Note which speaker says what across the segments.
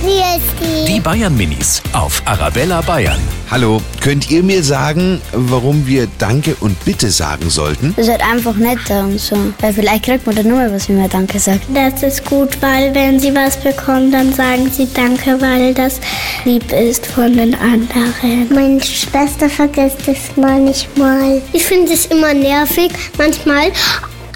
Speaker 1: Christi.
Speaker 2: Die Bayern Minis auf Arabella Bayern.
Speaker 3: Hallo, könnt ihr mir sagen, warum wir Danke und Bitte sagen sollten?
Speaker 4: Das ist halt einfach netter und so. Weil vielleicht kriegt man dann nur mal was, wenn man Danke sagt.
Speaker 5: Das ist gut, weil wenn sie was bekommen, dann sagen sie Danke, weil das lieb ist von den anderen.
Speaker 6: Meine Schwester vergisst es manchmal.
Speaker 7: Ich finde es immer nervig, manchmal,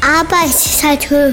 Speaker 7: aber es ist halt höf